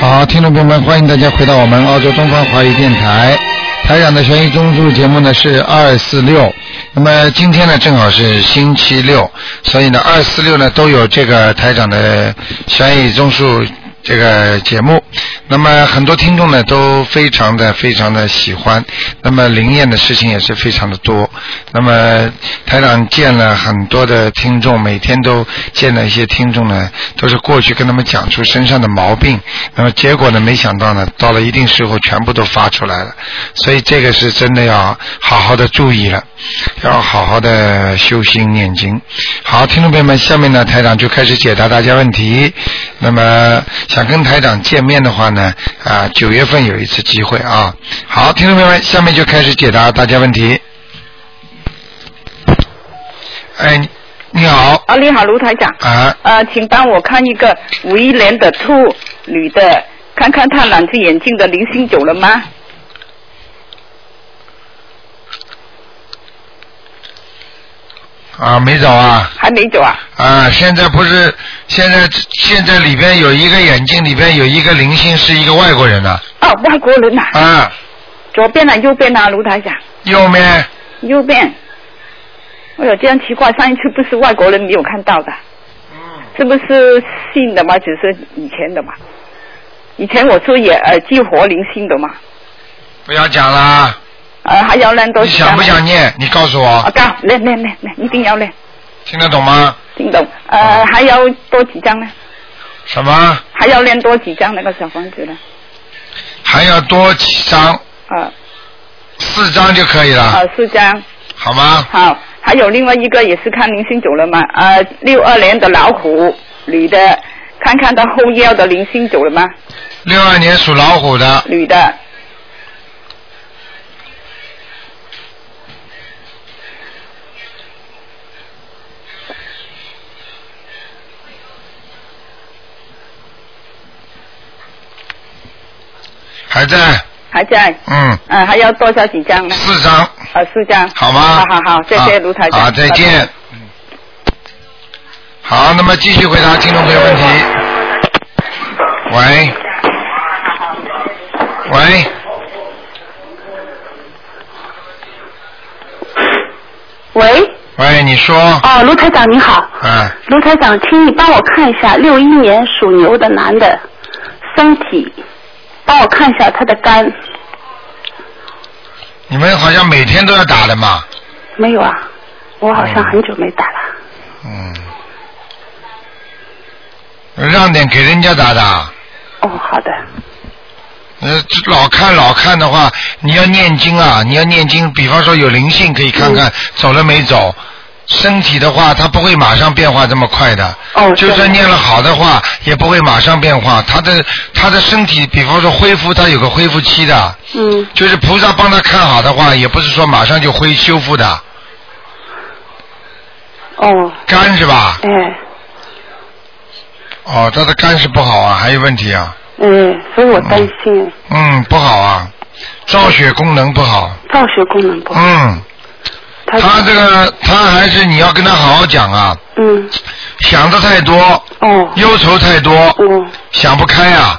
好，听众朋友们，欢迎大家回到我们澳洲东方华语电台台长的悬疑综述节目呢是二四六，那么今天呢正好是星期六，所以呢二四六呢都有这个台长的悬疑综述这个节目。那么很多听众呢都非常的非常的喜欢，那么灵验的事情也是非常的多。那么台长见了很多的听众，每天都见了一些听众呢，都是过去跟他们讲出身上的毛病，那么结果呢，没想到呢，到了一定时候全部都发出来了，所以这个是真的要好好的注意了，要好好的修心念经。好，听众朋友们，下面呢，台长就开始解答大家问题。那么想跟台长见面的话呢，啊，九月份有一次机会啊。好，听众朋友们，下面就开始解答大家问题。哎，你你好，啊，你好，卢台长。啊，呃，请帮我看一个五一年的兔女的，看看她两只眼睛的零星走了吗？啊，没走啊，还没走啊？啊，现在不是现在现在里边有一个眼睛里边有一个灵性是一个外国人啊呐、哦，外国人呐、啊，左边啊，右边啊，卢台长，右面右边。哎呦，这样奇怪，上一次不是外国人没有看到的，嗯是不是新的嘛？只是以前的嘛？以前我说也呃激活灵性的嘛，不要讲啦，呃还要练多你少？想不想念？你告诉我啊，，高练练练练，一定要练，听得懂吗？听懂？嗯呃，还要多几张呢？什么？还要练多几张那个小房子呢？还要多几张，啊四张就可以了，啊，四张，好吗？好。还有另外一个也是看灵性走了吗？呃，六二年的老虎女的，看看她后腰的灵性走了吗？六二年属老虎的，女的，还在，还在。嗯，嗯、还要多少几张呢？四张，哦呃，四张。好吗？啊好好啊好，谢谢卢台长。好，再见。嗯好，那么继续回答听众朋友问题。喂，喂，喂，喂，你说，啊哦，卢台长你好，嗯，卢台长，请你帮我看一下六一年属牛的男的身体，帮我看一下他的肝你们好像每天都要打的嘛？没有啊？我好像很久没打了。嗯，让点给人家打打。哦，好的，呃，这老看老看的话，你要念经啊，你要念经。比方说有灵性，可以看嗯看走了没走。身体的话，它不会马上变化这么快的。哦就是算念了好的话，也不会马上变化。他的他的身体，比方说恢复，它有个恢复期的。嗯，就是菩萨帮他看好的话，也不是说马上就恢修复的。哦，肝是吧？哎，哦，他的肝是不好啊，还有问题啊。哎，所以我担心嗯，不好啊，造血功能不好。造血功能不好。嗯，他他这个他还是你要跟他好好讲啊。嗯，想的太多，哦，忧愁太多，我想不开啊。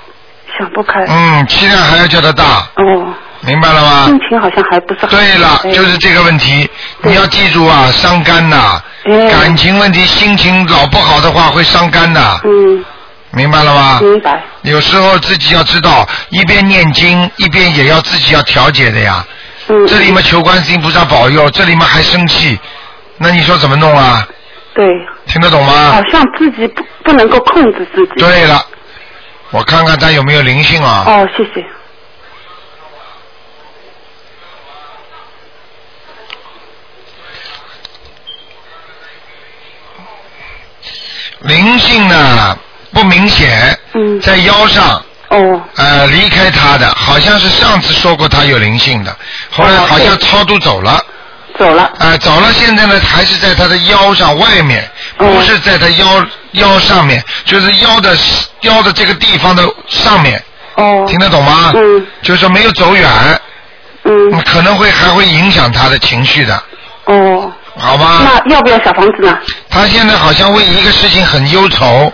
想不开。嗯，气量还要叫他大，哦，明白了吗心？情好哎像还不是很对了，就是这个问题，你要记住啊，伤肝呐、感哎，情问题，心情老不好的话会伤肝的，嗯，明白了吗？明白。有时候自己要知道，一边念经，一边也要自己要调节的呀。嗯，这里嘛求观世音菩萨保佑，这里嘛还生气，那你说怎么弄啊？嗯对，听得懂吗？好像自己不不能够控制自己。对了，我看看他有没有灵性啊？哦，谢谢。灵性呢不明显，嗯，在腰上，哦，呃，离开他的，好像是上次说过他有灵性的，后来哦好像对超度走了，走了。呃，走了，现在呢还是在他的腰上外面，哦不是在他腰腰上面，就是腰的腰的这个地方的上面，哦，听得懂吗？嗯就是说没有走远，嗯，可能会还会影响他的情绪的，哦，好吗？那要不要小房子呢？他现在好像为一个事情很忧愁，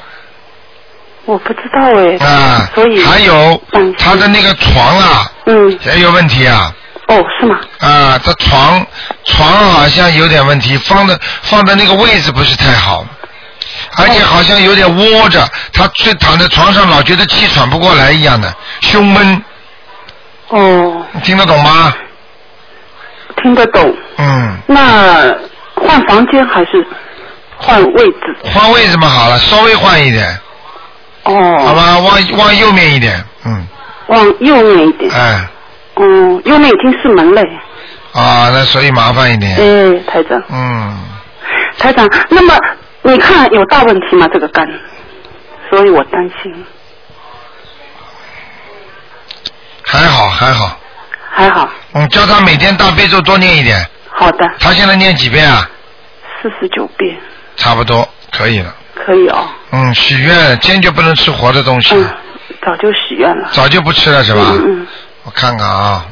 我不知道哎。啊所以，还有嗯他的那个床啊，嗯，也有问题啊。哦，是吗？啊，他床床好像有点问题，放的放的那个位置不是太好，而且好像有点窝着，他睡躺在床上老觉得气喘不过来一样的，胸闷，哦，你听得懂吗？听得懂。嗯，那换房间还是换位置？换位置嘛好了，稍微换一点，哦，好吧，往往右面一点，嗯，往右面一点。哎，嗯，右面已经是门了。啊，那所以麻烦一点，哎，台长，嗯，台长，那么你看有大问题吗？这个肝，所以我担心。还好还好，还好，嗯，叫他每天大悲咒多念一点，好的，他现在念几遍啊？四十九遍差不多可以了。可以哦。嗯，许愿坚决不能吃活的东西，嗯，早就许愿了。早就不吃了是吧？嗯嗯。我看看啊，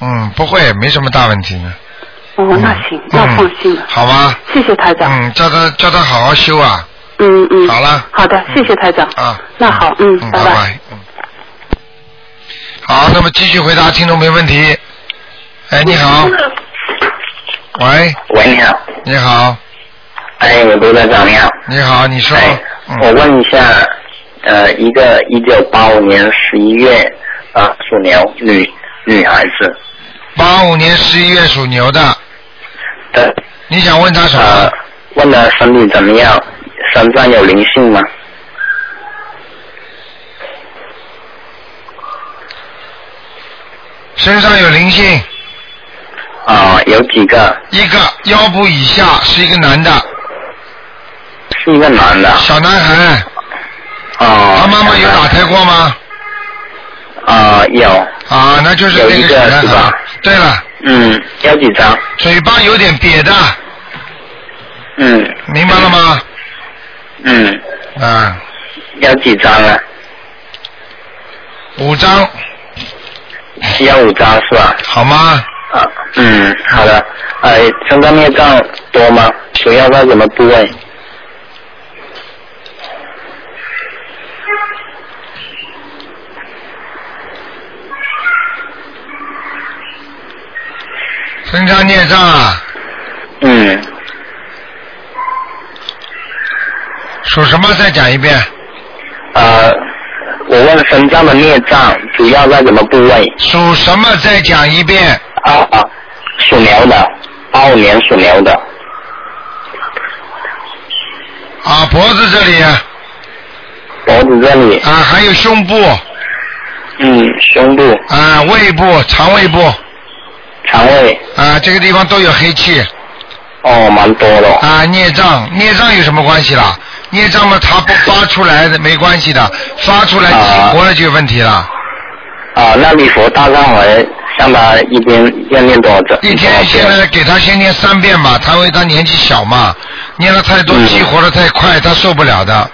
嗯，不会，没什么大问题呢。哦，那行，那嗯放心了。好吧，谢谢台长。嗯，叫他叫他好好修啊。嗯嗯。好了好的，谢谢台长。啊。那好，嗯，嗯，拜拜。嗯。好，那么继续回答听众没问题。哎，你好。喂，喂，你好，你好，哎，卢站长你好，你好，你说哎，，我嗯，问一下，呃，一个一九八五年十一月啊属牛女女孩子八五年十一月属牛的，的，你想问他什呃么？，问她身体怎么样，身上有灵性吗？身上有灵性，啊、有几个？一个腰部以下是一个男的是一个男的。小男孩，哦。他妈妈有打胎过吗？啊、有，啊，那就是那个小男有一个是孩吧。对了，嗯，要几张？嘴巴有点瘪的，嗯。明白了？吗？嗯，啊，要几张啊？五张，要五张是吧？好吗？啊，嗯，好的。哎，身上孽障多吗？主要在什么部位？身上孽障啊，嗯，属什么？再讲一遍，呃，我问身上的孽障主要在什么部位？属什么？再讲一遍，啊啊，属牛的，八五年属牛的，啊，脖子这里，啊，脖子这里，还有胸部，嗯，胸部、啊，胃部、肠胃部，肠胃，啊，这个地方都有黑气，哦，蛮多的。啊，孽障，孽障有什么关系啦？孽障嘛，它不发出来的没关系的，发出来啊激活了就有问题了。啊，那礼佛大忏悔，像他一天要念多少张？一天现在给他先念三遍吧，他因为他年纪小嘛，念了太多嗯激活的太快，他受不了的，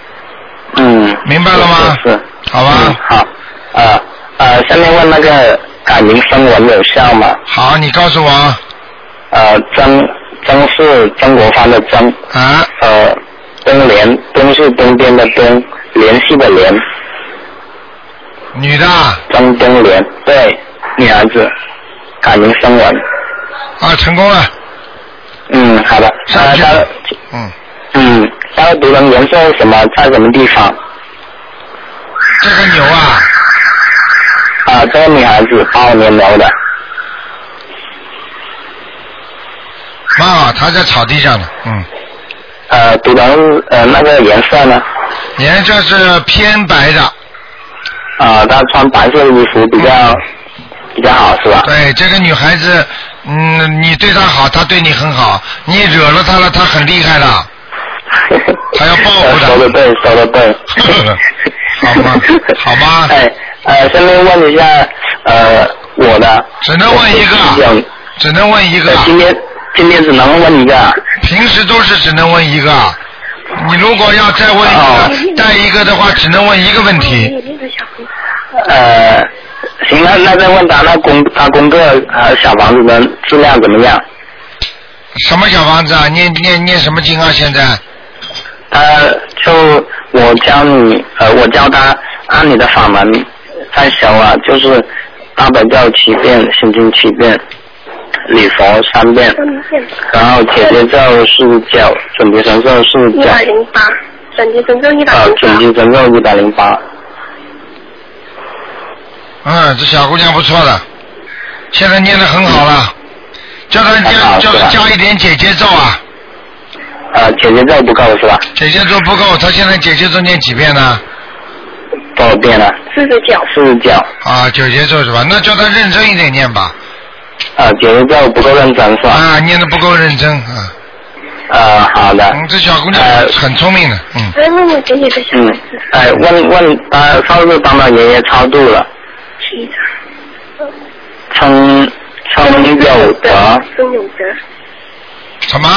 嗯，明白了吗是，是好吧嗯，？好，呃呃，下面问那个感情生文有效吗？好，你告诉我啊呃，曾曾是曾国藩的曾，啊，呃，东联东是东边的东，联系的联，女的啊，曾东联，对，女孩子，感情生文，啊成功了，嗯，好的，上呃去她了，嗯，嗯，他的独人颜色什么在什么地方？这个牛啊，啊、这个女孩子八五年牛的，蛮好，他在草地上呢，嗯，呃，独人呃那个颜色呢？颜色是偏白的，啊、她穿白色的衣服比较、比较好是吧？嗯对，这个女孩子，嗯，你对她好，她对你很好，你惹了她了，她很厉害的，还要报复的。呃说的对，说的对好吗好吗哎，呃，下面问一下，呃，我的。只能问一个我是讲只能问一个呃，今天今天只能问一个。平时都是只能问一个，你如果要再问一个，哦带一个的话，只能问一个问题。呃，行，那那再问他那工他工作呃小房子的质量怎么样？什么小房子啊？念念念什么经啊？现在呃，就我教你，呃，我教他按你的法门在修啊，就是大悲咒七遍，心经七遍，礼佛三遍，然后姐姐咒四十九，准提神咒四十嗯一九，百零八，转接神咒一百啊呃，零准提神八，咒一百零八，嗯，这小姑娘不错的，现在念的很好了，叫她很好加叫啊是她吧加一点姐姐咒啊，呃，姐姐咒不够是吧？姐姐咒不够，她现在姐姐咒念几遍呢？多少遍了？啊四十九，四十九，啊，九节咒是吧？那叫她认真一点念吧，呃，姐姐咒不够认真是吧？啊，念的不够认真啊，呃，好的。嗯，这小姑娘呃很聪明的，嗯，哎，那我姐姐的小嗯孩子，哎，问问他上次帮他爷爷超度了，是一张，称称有德，曾有德，什么？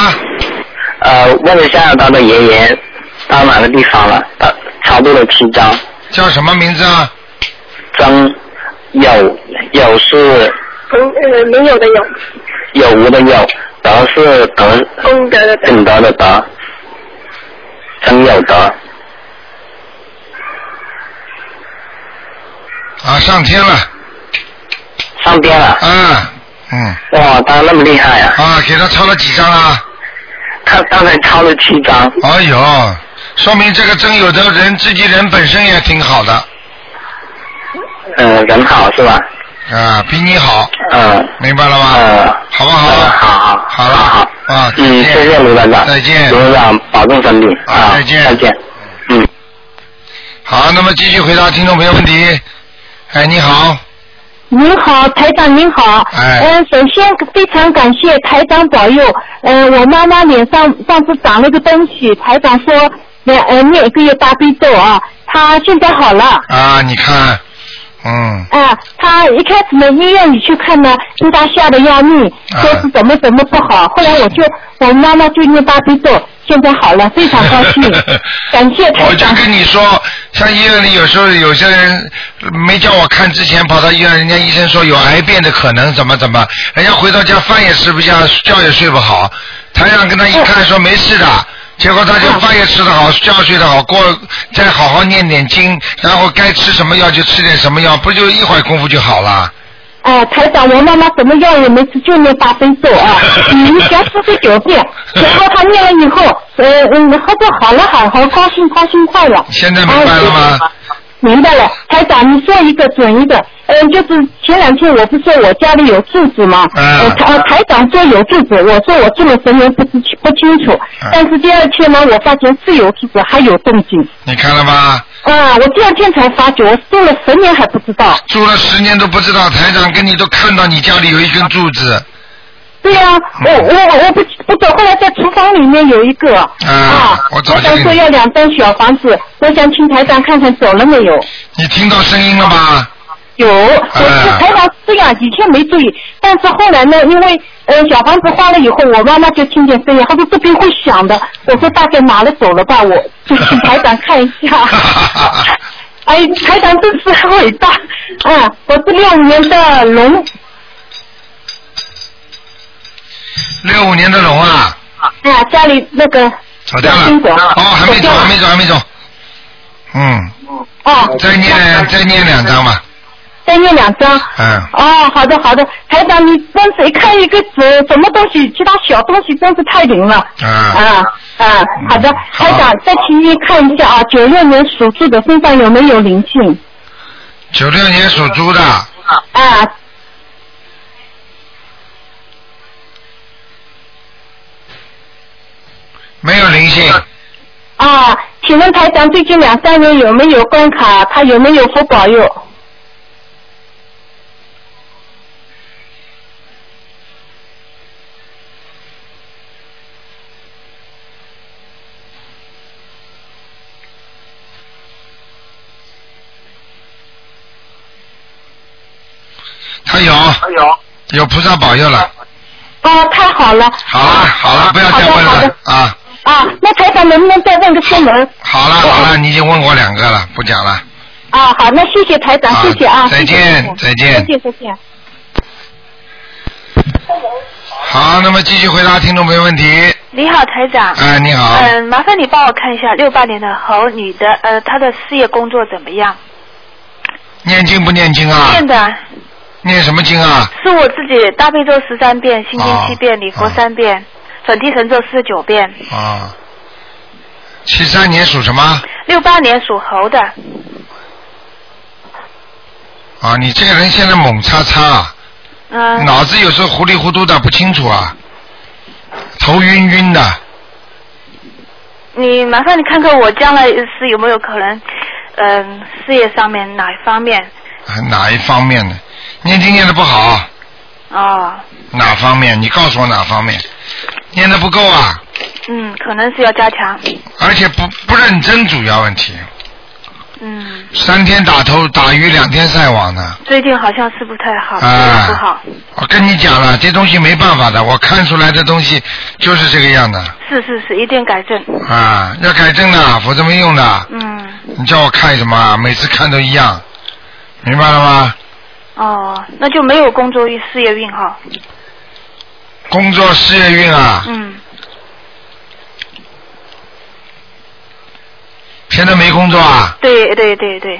呃，问一下他的爷爷到哪个地方了？他超度了七张，叫什么名字啊？曾有有是朋呃没有的有，有无的有，德是德功德的德，品德的德，曾有德，啊，上天了，上边了。啊，嗯，哇，他那么厉害啊！啊，给她抄了几张啊？他刚才超了七张，哎呦，说明这个真有的人自己人本身也挺好的，呃，人好是吧？啊，比你好，嗯、明白了呃，吗？好不好？呃好好好了，好好啊，再嗯，见谢谢卢团长，再见卢团长保重身体啊再见再见，嗯。好，那么继续回答听众朋友问题。哎，你好，您好，台长您好。哎嗯、首先非常感谢台长保佑。呃，我妈妈脸上上次长了个东西，台长说，呃呃，念一个月大悲咒啊，她现在好了。啊，你看，嗯，啊，她一开始呢，医院里去看呢，被她吓得要命，啊，说是怎么怎么不好。后来我就，我妈妈就念大悲咒，现在好了，非常高兴 感谢台我就长。跟你说，像医院里有时候有些人没叫我看之前跑到医院，人家医生说有癌变的可能，怎么怎么，人家回到家饭也吃不下，觉也睡不好。台上跟他一看哦说没事的，结果他就饭也吃得好，觉睡得好，过再好好念点经，然后该吃什么药就吃点什么药，不就一会儿功夫就好了。，哎、台长，我妈妈什么药也没吃，就念大悲咒啊 嗯一天四十九遍。然后她念了以后，呃嗯，她就好了，好好高兴，高兴坏了。现在明白了吗哎明白了，台长，你说一个准一个。嗯，就是前两天我不是说我家里有柱子吗？嗯呃台呃台长说有柱子，我说我这个神人不知不清楚。嗯但是第二天呢，我发现是有柱子，还有动静。你看了吧？啊，我第二天才发觉，我做了十年还不知道。住了十年都不知道，台长跟你都看到你家里有一根柱子。对呀、嗯我我我不不懂，后来在厨房里面有一个啊啊我早我就想说要两栋小房子，我想请台长看看走了没有。你听到声音了吗？有，啊我是台长是这样，以前没注意，但是后来呢，因为呃小房子花了以后，我妈妈就听见声音，她说这边会响的，我说大概拿了走了吧，我就 请台长看一下。哎，台长真是很伟大，嗯，我是六五年的龙，六五年的龙啊，啊，家里那个走掉了。小心走啊哦，还没走，走掉了还没走，还没走。嗯，哦，再念再念两张吧。再念两张。嗯，哦，好的好的，台长你真是一看一个什什么东西，其他小东西真是太灵了。啊，啊啊，好的，好台长再请你看一下啊，九六年属猪的身上有没有灵性？九六年属猪的，啊，没有灵性，啊，请问台长最近两三年有没有关卡？他有没有福保佑？他有有。有菩萨保佑了。哦，太好了。好了好了，不要再问好的好了的啊。啊，那台长能不能再问个天门？好了哦好了，你已经问过两个了，不讲了。啊，好，那谢谢台长，好谢谢啊，再见再谢谢见再见再见。好，那么继续回答听众朋友问题。你好，台长。哎，你好。嗯，麻烦你帮我看一下六八年的猴女的，呃，她的事业工作怎么样？念经不念经啊？念的啊念什么经啊？是我自己大悲咒十三遍，心哦经七遍，礼佛三遍，准提神咒四十九遍。啊，七三年属什么？六八年属猴的，啊，你这个人现在猛叉叉啊，嗯、脑子有时候糊里糊涂的不清楚啊，头晕晕的，你麻烦你看看我将来是有没有可能，嗯、事业上面哪一方面？啊哪一方面呢？念经念的不好，啊哦，哪方面？你告诉我哪方面？念的不够啊，嗯，可能是要加强，而且不不认真，主要问题，嗯，三天打头打鱼两天晒网的。最近好像是不太好，啊不好，我跟你讲了，这东西没办法的，我看出来的东西就是这个样的是是是，一定改正，啊，要改正的，否则没用的。嗯，你叫我看什么啊？每次看都一样，明白了吗？哦，那就没有工作运、事业运哈，工作事业运啊，嗯，现在没工作啊，对对对对，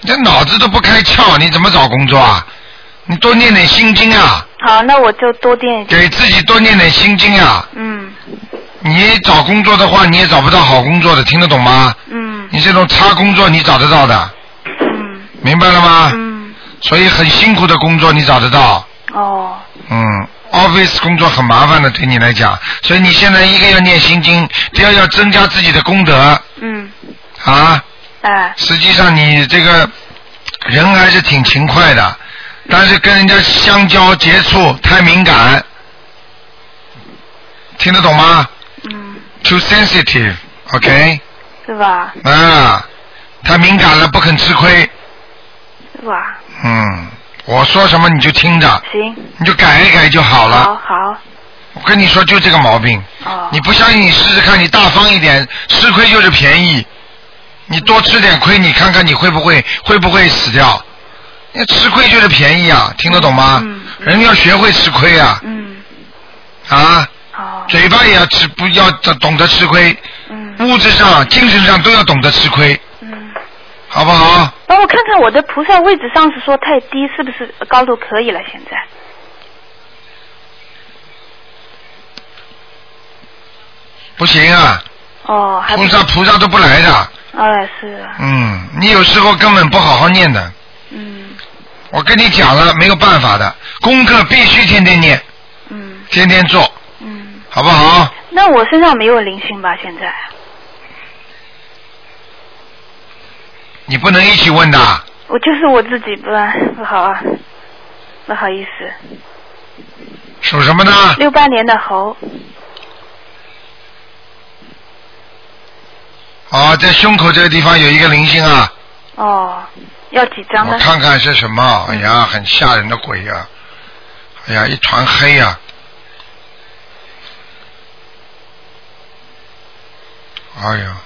你这脑子都不开窍，你怎么找工作啊？你多念点心经啊，好，那我就多练一点，给自己多念点心经啊。嗯你找工作的话，你也找不到好工作的，听得懂吗？嗯你这种差工作你找得到的，嗯明白了吗？嗯，所以很辛苦的工作你找得到，哦，嗯，office 工作很麻烦的对你来讲，所以你现在一个要念心经，第二要增加自己的功德嗯，啊。哎，实际上你这个人还是挺勤快的，但是跟人家相交接触太敏感，听得懂吗嗯， ？Too sensitive，OK？、是吧？啊，太敏感了，不肯吃亏。是吧？嗯，我说什么你就听着，行，你就改一改就好了。好好，我跟你说，就这个毛病。哦，你不相信，你试试看，你大方一点，吃亏就是便宜。你多吃点亏，你看看你会不会会不会死掉？那吃亏就是便宜啊，听得懂吗？嗯嗯人要学会吃亏啊嗯，啊！好，嘴巴也要吃，不要懂得吃亏，嗯物质上、精神上都要懂得吃亏，嗯，好不好？帮我看看我的菩萨位置，上次说太低，是不是高度可以了？现在，不行啊，哦，还不菩，萨菩萨都不来的。哎，是，嗯，你有时候根本不好好念的。嗯我跟你讲了，没有办法的，功课必须天天念，嗯天天做，嗯，好不好？那我身上没有灵性吧？现在，你不能一起问的，我就是我自己不不好啊，不好意思，属什么呢？六八年的猴，啊，在胸口这个地方有一个灵性啊，哦，要几张我呢？哦看看是什么。哎呀，很吓人的鬼呀、哎呀，一团黑呀、哎呀，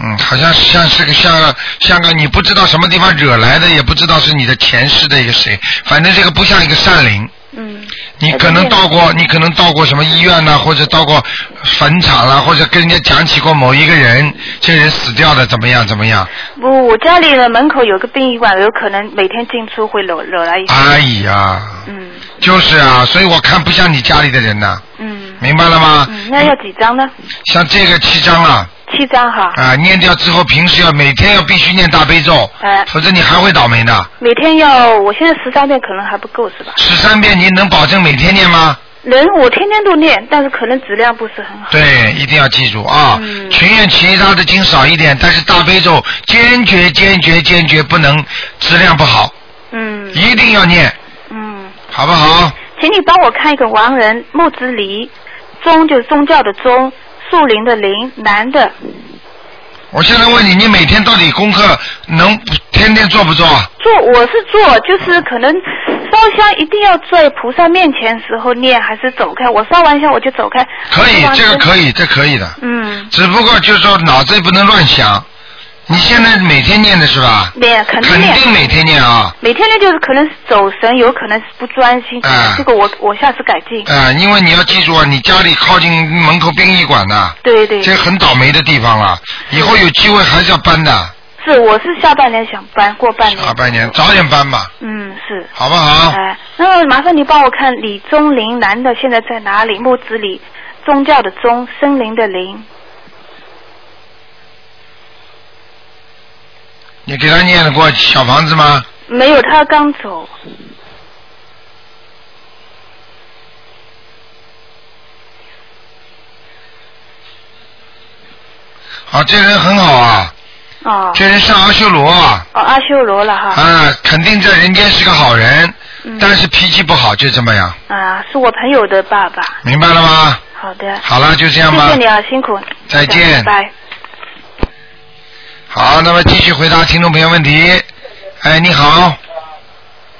嗯，好像像是个像个像个你不知道什么地方惹来的，也不知道是你的前世的一个谁，反正这个不像一个善灵。嗯你可能到过，你可能到过什么医院呐、或者到过坟场啦、或者跟人家讲起过某一个人，这个人死掉的怎么样怎么样？不，我家里的门口有个殡仪馆，有可能每天进出会惹惹来一些。哎呀，嗯就是啊，所以我看不像你家里的人呐、嗯明白了吗？嗯，那要几张呢？像这个七章了七张哈，啊，念掉之后，平时要每天要必须念大悲咒，哎，否则你还会倒霉的。每天要，我现在十三遍可能还不够是吧？十三遍你能保证每天念吗？人我天天都念，但是可能质量不是很好。对，一定要记住啊！嗯情愿其他的经少一点，但是大悲咒坚决坚决坚决不能质量不好，嗯一定要念，嗯，好不好？请你帮我看一个亡人莫之离，宗就是宗教的宗，树林的林，男的，我现在问你，你每天到底功课能天天做不啊做？做我是做，就是可能烧香一定要在菩萨面前时候念，还是走开？我烧完香我就走开。可以烧，完这个香可以，这可以的。嗯只不过就是说脑子也不能乱想，你现在每天念的是吧？练啊肯定肯练。定每天念啊，每天练就是可能走神，有可能是不专心，啊这个我我下次改进。啊、因为你要记住啊，你家里靠近门口殡仪馆呐，对对，这很倒霉的地方了，以后有机会还是要搬的，是我是下半年想搬，过半年。下半年早点搬吧，嗯，是。好不好？哎，那么麻烦你帮我看李宗林男的现在在哪里？木子李，宗教的宗，森林的林。你给他念过小房子吗？没有，他刚走。啊，这人很好啊，哦。这人上阿修罗啊，哦，阿修罗了哈。啊，肯定在人间是个好人，嗯但是脾气不好，就这么样，啊，是我朋友的爸爸。明白了吗？好的。好了，就这样吧。谢谢你啊，辛苦。再见拜。好，那么继续回答听众朋友问题。哎，你好，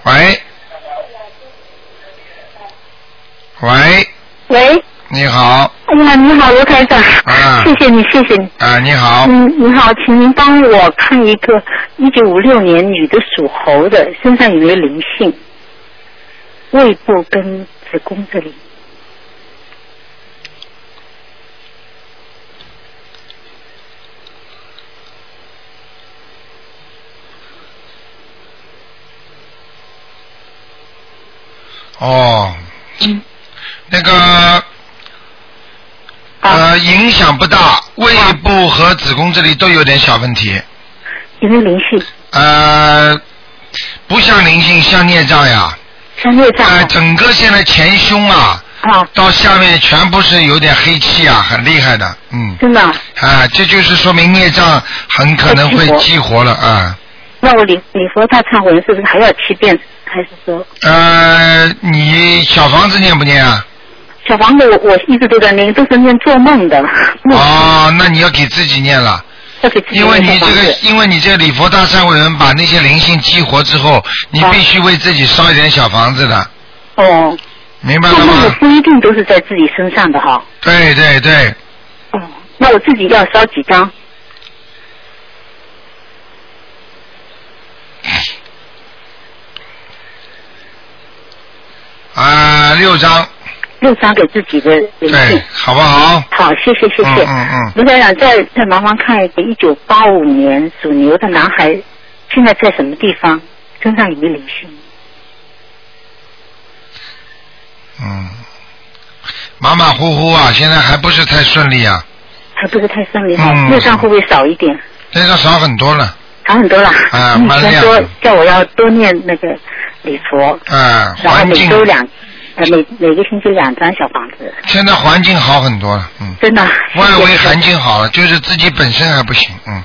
喂，喂，喂，你好，哎呀，你好，罗台长，啊谢谢你，谢谢你。啊，你好，嗯，你好，请您帮我看一个一九五六年女的属猴的，身上有没有灵性？胃部跟子宫这里。哦，那个，呃，影响不大，胃部和子宫这里都有点小问题，有没有灵性？呃，不像灵性，像孽障呀，像孽障呃，整个现在前胸啊，啊，啊到下面全部是有点黑气啊，很厉害的，嗯。真的啊、啊，这就是说明孽障很可能会激活了啊。那我礼礼佛大忏悔文是不是还要七遍？还是说呃，你小房子念不念啊？小房子我我一直都在念，都是念做梦的，梦哦，那你要给自己念了，要给自己因为你念小这房个子，因为你这个礼佛大忏悔文把那些灵性激活之后，你啊必须为自己烧一点小房子的，哦，明白做了梦的吗？不一定都是在自己身上的哈、对对对，哦，那我自己要烧几张？啊，六张，六张给自己的灵性对。，好不好？好，谢谢谢嗯谢。嗯嗯卢台长，再再麻烦看一个一九八五年属牛的男孩，现在在什么地方？身上有没有灵性？嗯，马马虎虎啊，现在还不是太顺利啊，还不是太顺利哈嗯，六张会不会少一点？这个少很多了，少很多了。啊你以蛮前亮说的叫我要多念那个礼佛，啊，然后环每境周两，呃每每个星期两张小房子，现在环境好很多了，嗯，真的。外围谢谢环境好了，就是自己本身还不行，嗯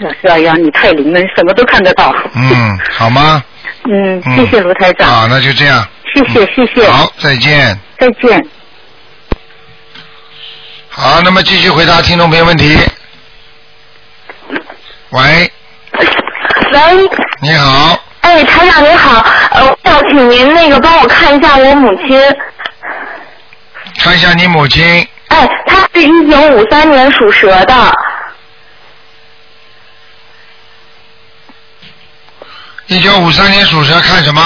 是啊，是啊，你太灵了，你什么都看得到。嗯，好吗？嗯，嗯谢谢卢台长，好，那就这样，嗯谢谢谢谢，好，再见。再见。好，那么继续回答听众朋友问题。喂，喂，你好，嗯哎，台长您好，呃，我想请您那个帮我看一下我母亲，看一下你母亲，哎，她是一九五三年属蛇的，一九五三年属蛇，看什么？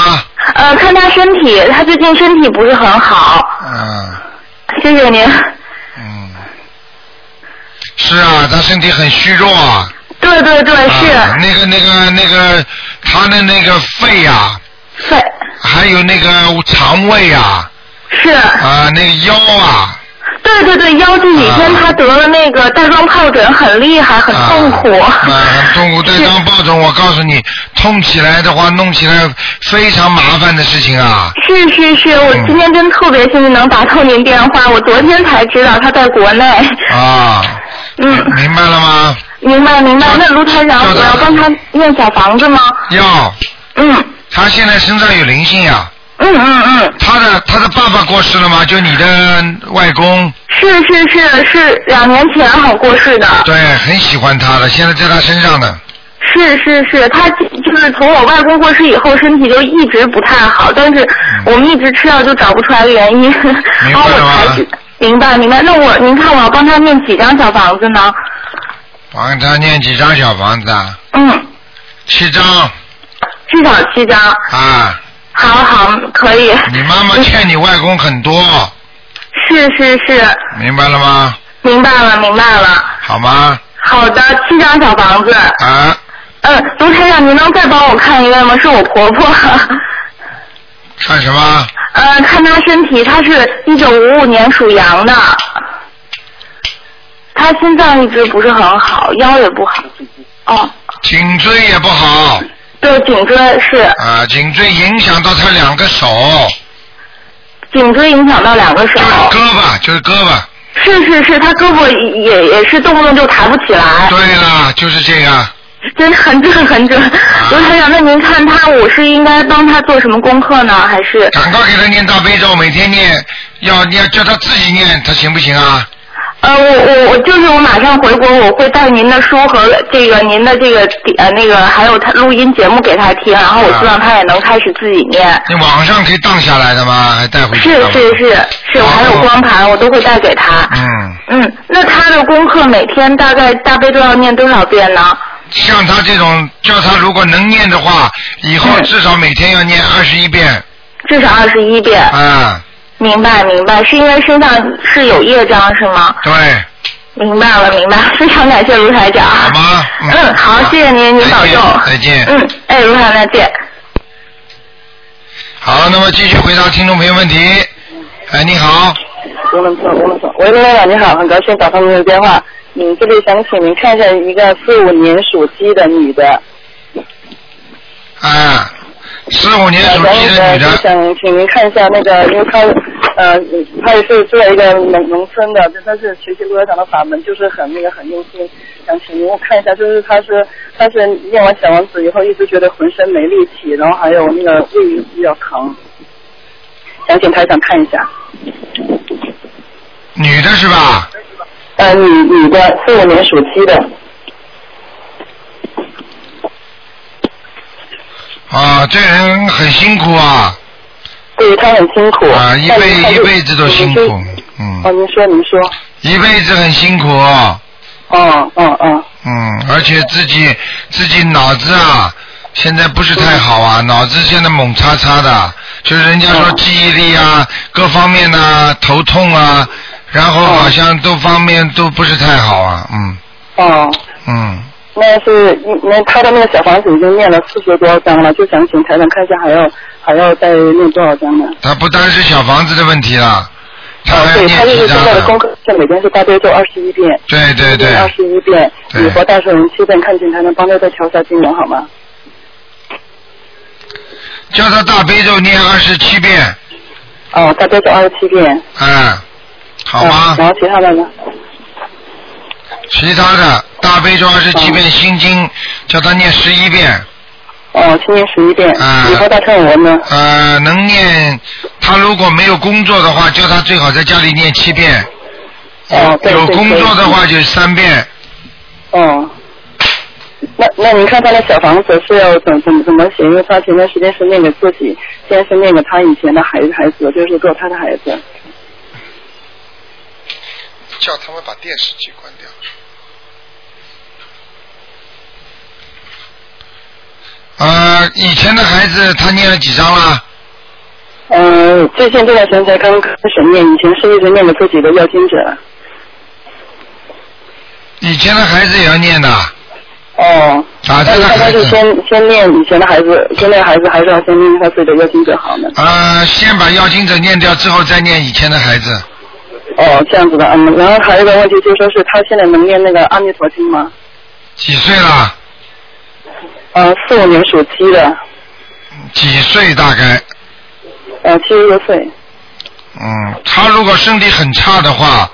呃，看她身体，她最近身体不是很好，啊，谢谢您。嗯，是啊，她身体很虚弱啊。对对对，啊是，那个那个那个，他的那个肺呀、肺、还有那个肠胃呀、是，啊，那个腰啊，对对对，腰这几天啊她得了那个带状疱疹，很厉害，很痛苦。啊，啊很痛苦。对是当抱枕，我告诉你，痛起来的话，弄起来非常麻烦的事情啊。是是是，我嗯今天真特别幸运能打通您电话，我昨天才知道她在国内。啊，嗯，明白了吗？明白明白。那卢台长，叫我他要帮他念小房子吗？要，嗯他现在身上有灵性呀、嗯嗯嗯，他的他的爸爸过世了吗？就你的外公，是嗯是是是，两年前好过世的。对，很喜欢他的，现在在他身上呢。是是是，他就是从我外公过世以后，身体就一直不太好，但嗯是我们一直吃药就找不出来原因。 然后我白了吗才知明白明白。那我您看我要帮他念几张小房子呢？帮他念几张小房子啊？嗯，七张至少七张。啊。好好，可以。你妈妈欠你外公很多，是是是，明白了吗？明白了明白了。好吗？好的，七张小房子。啊。嗯，卢台长，您能再帮我看一位吗？是我婆婆， 看什么？呃，看她身体，她是一九五五年属羊的，她心脏一直不是很好，腰也不好，哦，颈椎也不好对，颈椎是啊，颈椎影响到他两个手，颈椎影响到两个手，胳膊就是胳膊。是是是，她胳膊也也是动不动就抬不起来，对了，就是这啊个。真很准很准。卢台长，那您看她，我是应该帮她做什么功课呢？还是赶快给他念大悲咒，每天念，要要叫他自己念，他行不行啊？呃，我我我就是我马上回国，我会带您的书和这个您的这个呃那个还有他录音节目给他听，然啊后我希望他也能开始自己念。你网上可以荡下来的吗？还带回去是干嘛是是是，我还有光盘，我都会带给他。哦嗯，嗯，那他的功课每天大概大悲咒要念多少遍呢？像他这种，叫他如果能念的话，以后至少每天要念二十一遍。至少二十一遍。啊，明白明白，是因为身上是有业障是吗？对，明白了 明白，非常感谢卢台长。好吗？嗯，好，谢谢您，您保重。再见。嗯，哎，卢台长再见。好，那么继续回答听众朋友问题。哎，你好，喂，刘院长你好，很高兴打通您的电话。嗯，这里想请您看一下一个四五年属鸡的女的，啊，四五年属鸡的呃女就的，想请您看一下那个，因为她呃，她也是住在一个农农村的，就她是学习陆院长的法门，就是很那个很用心。想请您看一下，就是她是她是念完小王子以后，一直觉得浑身没力气，然后还有那个胃晕比较疼，想请台长看一下。女的是吧？呃，女女的，四五年属鸡的。啊，这人很辛苦啊。对他很辛苦啊，一但是他辈就一辈子都辛苦，嗯。哦，您说您说。一辈子很辛苦。哦哦哦。嗯，而且自己自己脑子啊，现在不是太好啊，嗯脑子现在猛叉叉的，就是人家说记忆力啊，各方面呐、头痛啊，然后嗯好像都方面都不是太好啊，嗯哦，嗯，那是嗯那他的那个小房子已经念了四十多张了，就想请台长看一下还要还要再念多少张呢？哦他不单是小房子的问题啦，他还要对，他念就几是现张在的啊？功课是每天是大悲咒二十一遍，对对对，二十一遍，对礼佛大圣人七遍，看请台长帮他再调一下经文好吗？叫他大悲咒念二十七遍，哦，大悲咒二十七遍，嗯，好吗？嗯然后其他的呢？其他的大悲咒二十七遍，心经叫他念十一遍。哦，去念十一遍。啊、礼佛大忏文呢？呃，能念。他如果没有工作的话，叫他最好在家里念七遍。哦，对有对工对作的话就是三遍。哦，那那您看他的小房子是要怎怎么怎么写？因为他前段时间是那个自己，现在是那个他以前的孩孩子，就是做他的孩子。叫他们把电视机关掉。呃，以前的孩子他念了几张了？嗯，最近这段时间才刚开始念，以前是一直念给自己的要经者。以前的孩子也要念的。哦。啊，但这是个他孩是子。先先念以前的孩子，先念孩子，还是要先念他自己的要经者好呢？呃，先把要经者念掉，之后再念以前的孩子。哦，这样子的，嗯。然后还有一个问题就是说是他现在能念那个阿弥陀经吗？几岁了？呃，四五年属鸡的，几岁大概？呃，七十多岁。嗯，他如果身体很差的话，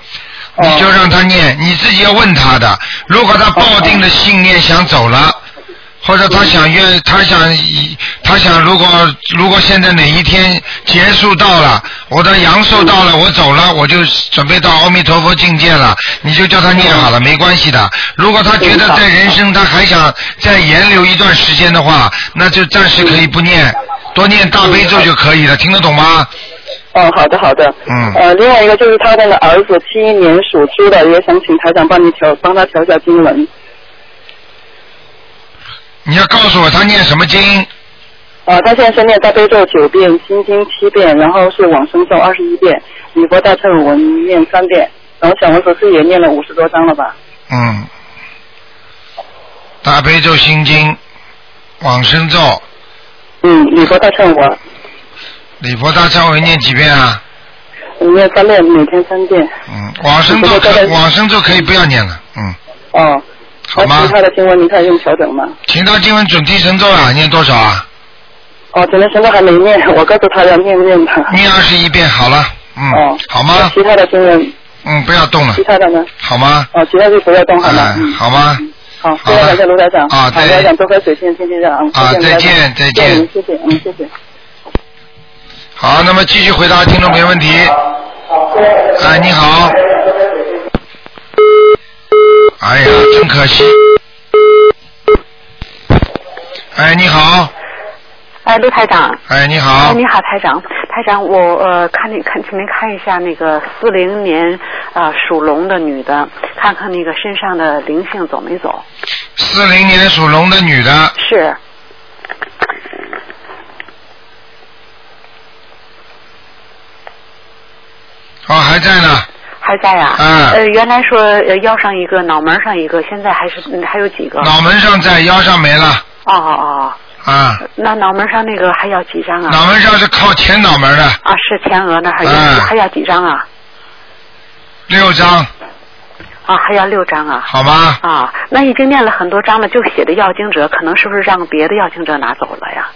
你就让他念，你自己要问他的。如果他抱定的信念想走了，或者他想愿，他想以，他想如果如果现在哪一天结束到了，我的阳寿到了，我走了，我就准备到阿弥陀佛境界了，你就叫他念好了，没关系的。如果他觉得在人生他还想再延留一段时间的话，那就暂时可以不念，多念大悲咒就可以了，听得懂吗？哦，好的好的。嗯呃，另外一个就是他那个儿子七一年属猪的，也想请台长帮你调，帮他调一下经文。你要告诉我他念什么经？啊，他现在是念大悲咒九遍，心经七遍，然后是往生咒二十一遍，礼佛大忏悔文念三遍，然后小王子是也念了五十多章了吧？嗯，大悲咒心经，往生咒。嗯，礼佛大忏悔文礼佛大忏悔念几遍啊？我们念三遍，每天三遍。嗯，往生咒可往生咒可以不要念了，嗯，哦，好吗那其他的经文您看用调整吗？其他经文准提神咒啊，念多少啊？哦，只能神都还没念， 我告诉他要念念他。念二十一遍好了，嗯，好吗？啊哦其他的经文，嗯，不要动了其，他的呢？好吗？哦，其他就不要动好吗？嗯，好吗？好，非常感谢卢台长。啊好，卢再台长多喝水，天天天长。啊谢谢卢台长再见再见谢谢您谢谢，嗯，谢谢。好，那么继续回答听众朋友问题。哎，你好。哎呀，真可惜。哎，你好，哎，陆台长。哎，你哎，好，你好，台长。台长，我呃，看那看，请您看一下那个四零年啊、呃属龙的女的，看看那个身上的灵性走没走？四零年属龙的女的，是，哦，还在呢，还在呀、嗯呃，原来说呃腰上一个，脑门上一个，现在还是、嗯还有几个？脑门上在，腰上没了，哦哦啊，哦，那脑门上那个还要几张啊？脑门上是靠前脑门的，啊，是前额那还有、嗯还要几张啊？六张，啊，还要六张啊？好吗？啊，那已经念了很多章了，就写的要经者，可能是不是让别的要经者拿走了呀？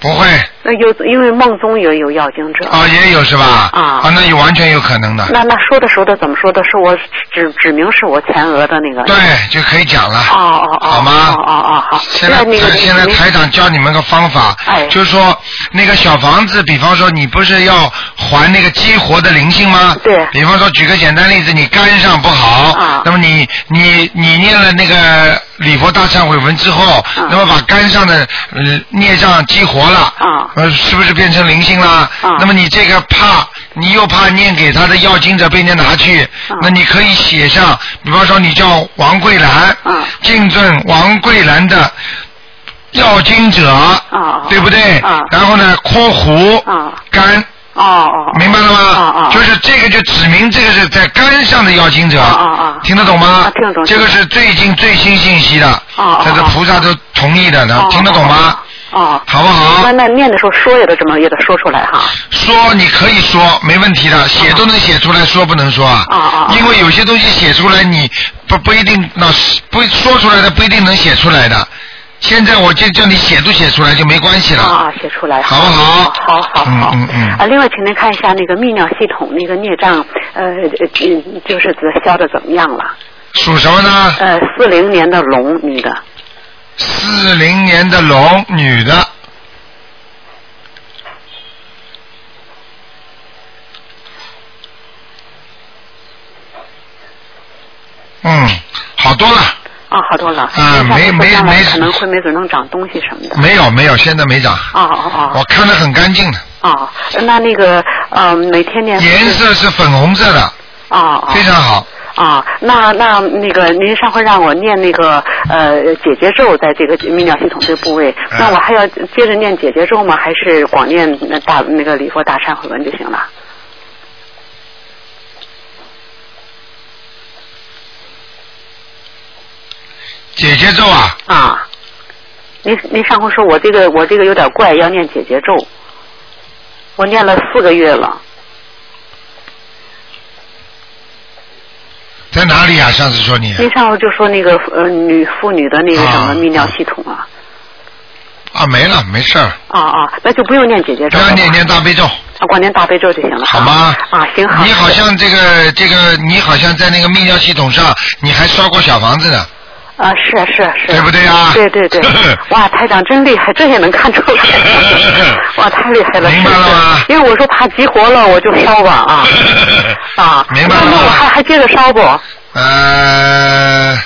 不会，那有，因为梦中也有要经者。啊，也有是吧？啊啊，那也完全有可能的，那那说的时候的怎么说的？是我指指明是我前额的那个。对，哎就可以讲了。哦哦哦。好吗哦哦哦，好。现在那那个台现在台长教你们个方法，就是说那个小房子，比方说你不是要还那个激活的灵性吗？对。比方说，举个简单例子，你肝上不好，那么你你你念了那个礼佛大忏悔文之后，那么把肝上的呃孽障激活了，呃，是不是变成灵性啦？那么你这个怕，你又怕念给他的要经者被人家拿去，那你可以写上，比方说你叫王桂兰，敬赠王桂兰的要经者，对不对？然后呢，括弧肝。明白了吗？就是这个就指明这个是在肝上的要经者，听得懂吗？哦啊听得懂。哦这个是最近最新信息的，这个菩萨都同意的，能听得懂吗？哦，好不好？那那念的时候说也得这么也得说出来哈。说你可以说没问题的，写都能写出来，说不能说啊。因为有些东西写出来你不不一定那不说出来的不一定能写出来的。现在我就叫你写都写出来就没关系了。啊，写出来。好不好？好好好。嗯嗯啊，另外，请您看一下那个泌尿系统那个孽障，呃，呃嗯就是消的怎么样了？属什么呢？呃，四零年的龙女的，啊四零年的龙，女的。嗯，好多了，啊，好多了。啊没没下次没可能会没准能长东西什么的。没有没有，现在没长，哦哦我看得很干净的，哦哦，那那个呃，每天念颜色是粉红色的，啊啊，非常好。啊，那那那个，您上回让我念那个呃姐姐咒，在这个泌尿系统这部位，嗯那我还要接着念姐姐咒吗？还是光念那大那个礼佛大忏悔文就行了？姐姐咒啊，啊，您您上回说我这个我这个有点怪，要念姐姐咒，我念了四个月了，在哪里啊？上次说你您上回就说那个呃女妇女的那个什么泌尿系统啊，啊，没了，没事儿，啊啊，那就不用念姐姐咒了不吧，要念念大悲咒，啊，光念大悲咒就行了，好吗？啊，行好。你好像这个这个，你好像在那个泌尿系统上，你还烧过小房子呢。啊，是啊是啊是啊，对不对啊对对对，哇，台长真厉害，这也能看出来，哇，太厉害了，明白了吗？因为我说怕激活了，我就烧吧啊啊，明白了那我还还接着烧不？呃，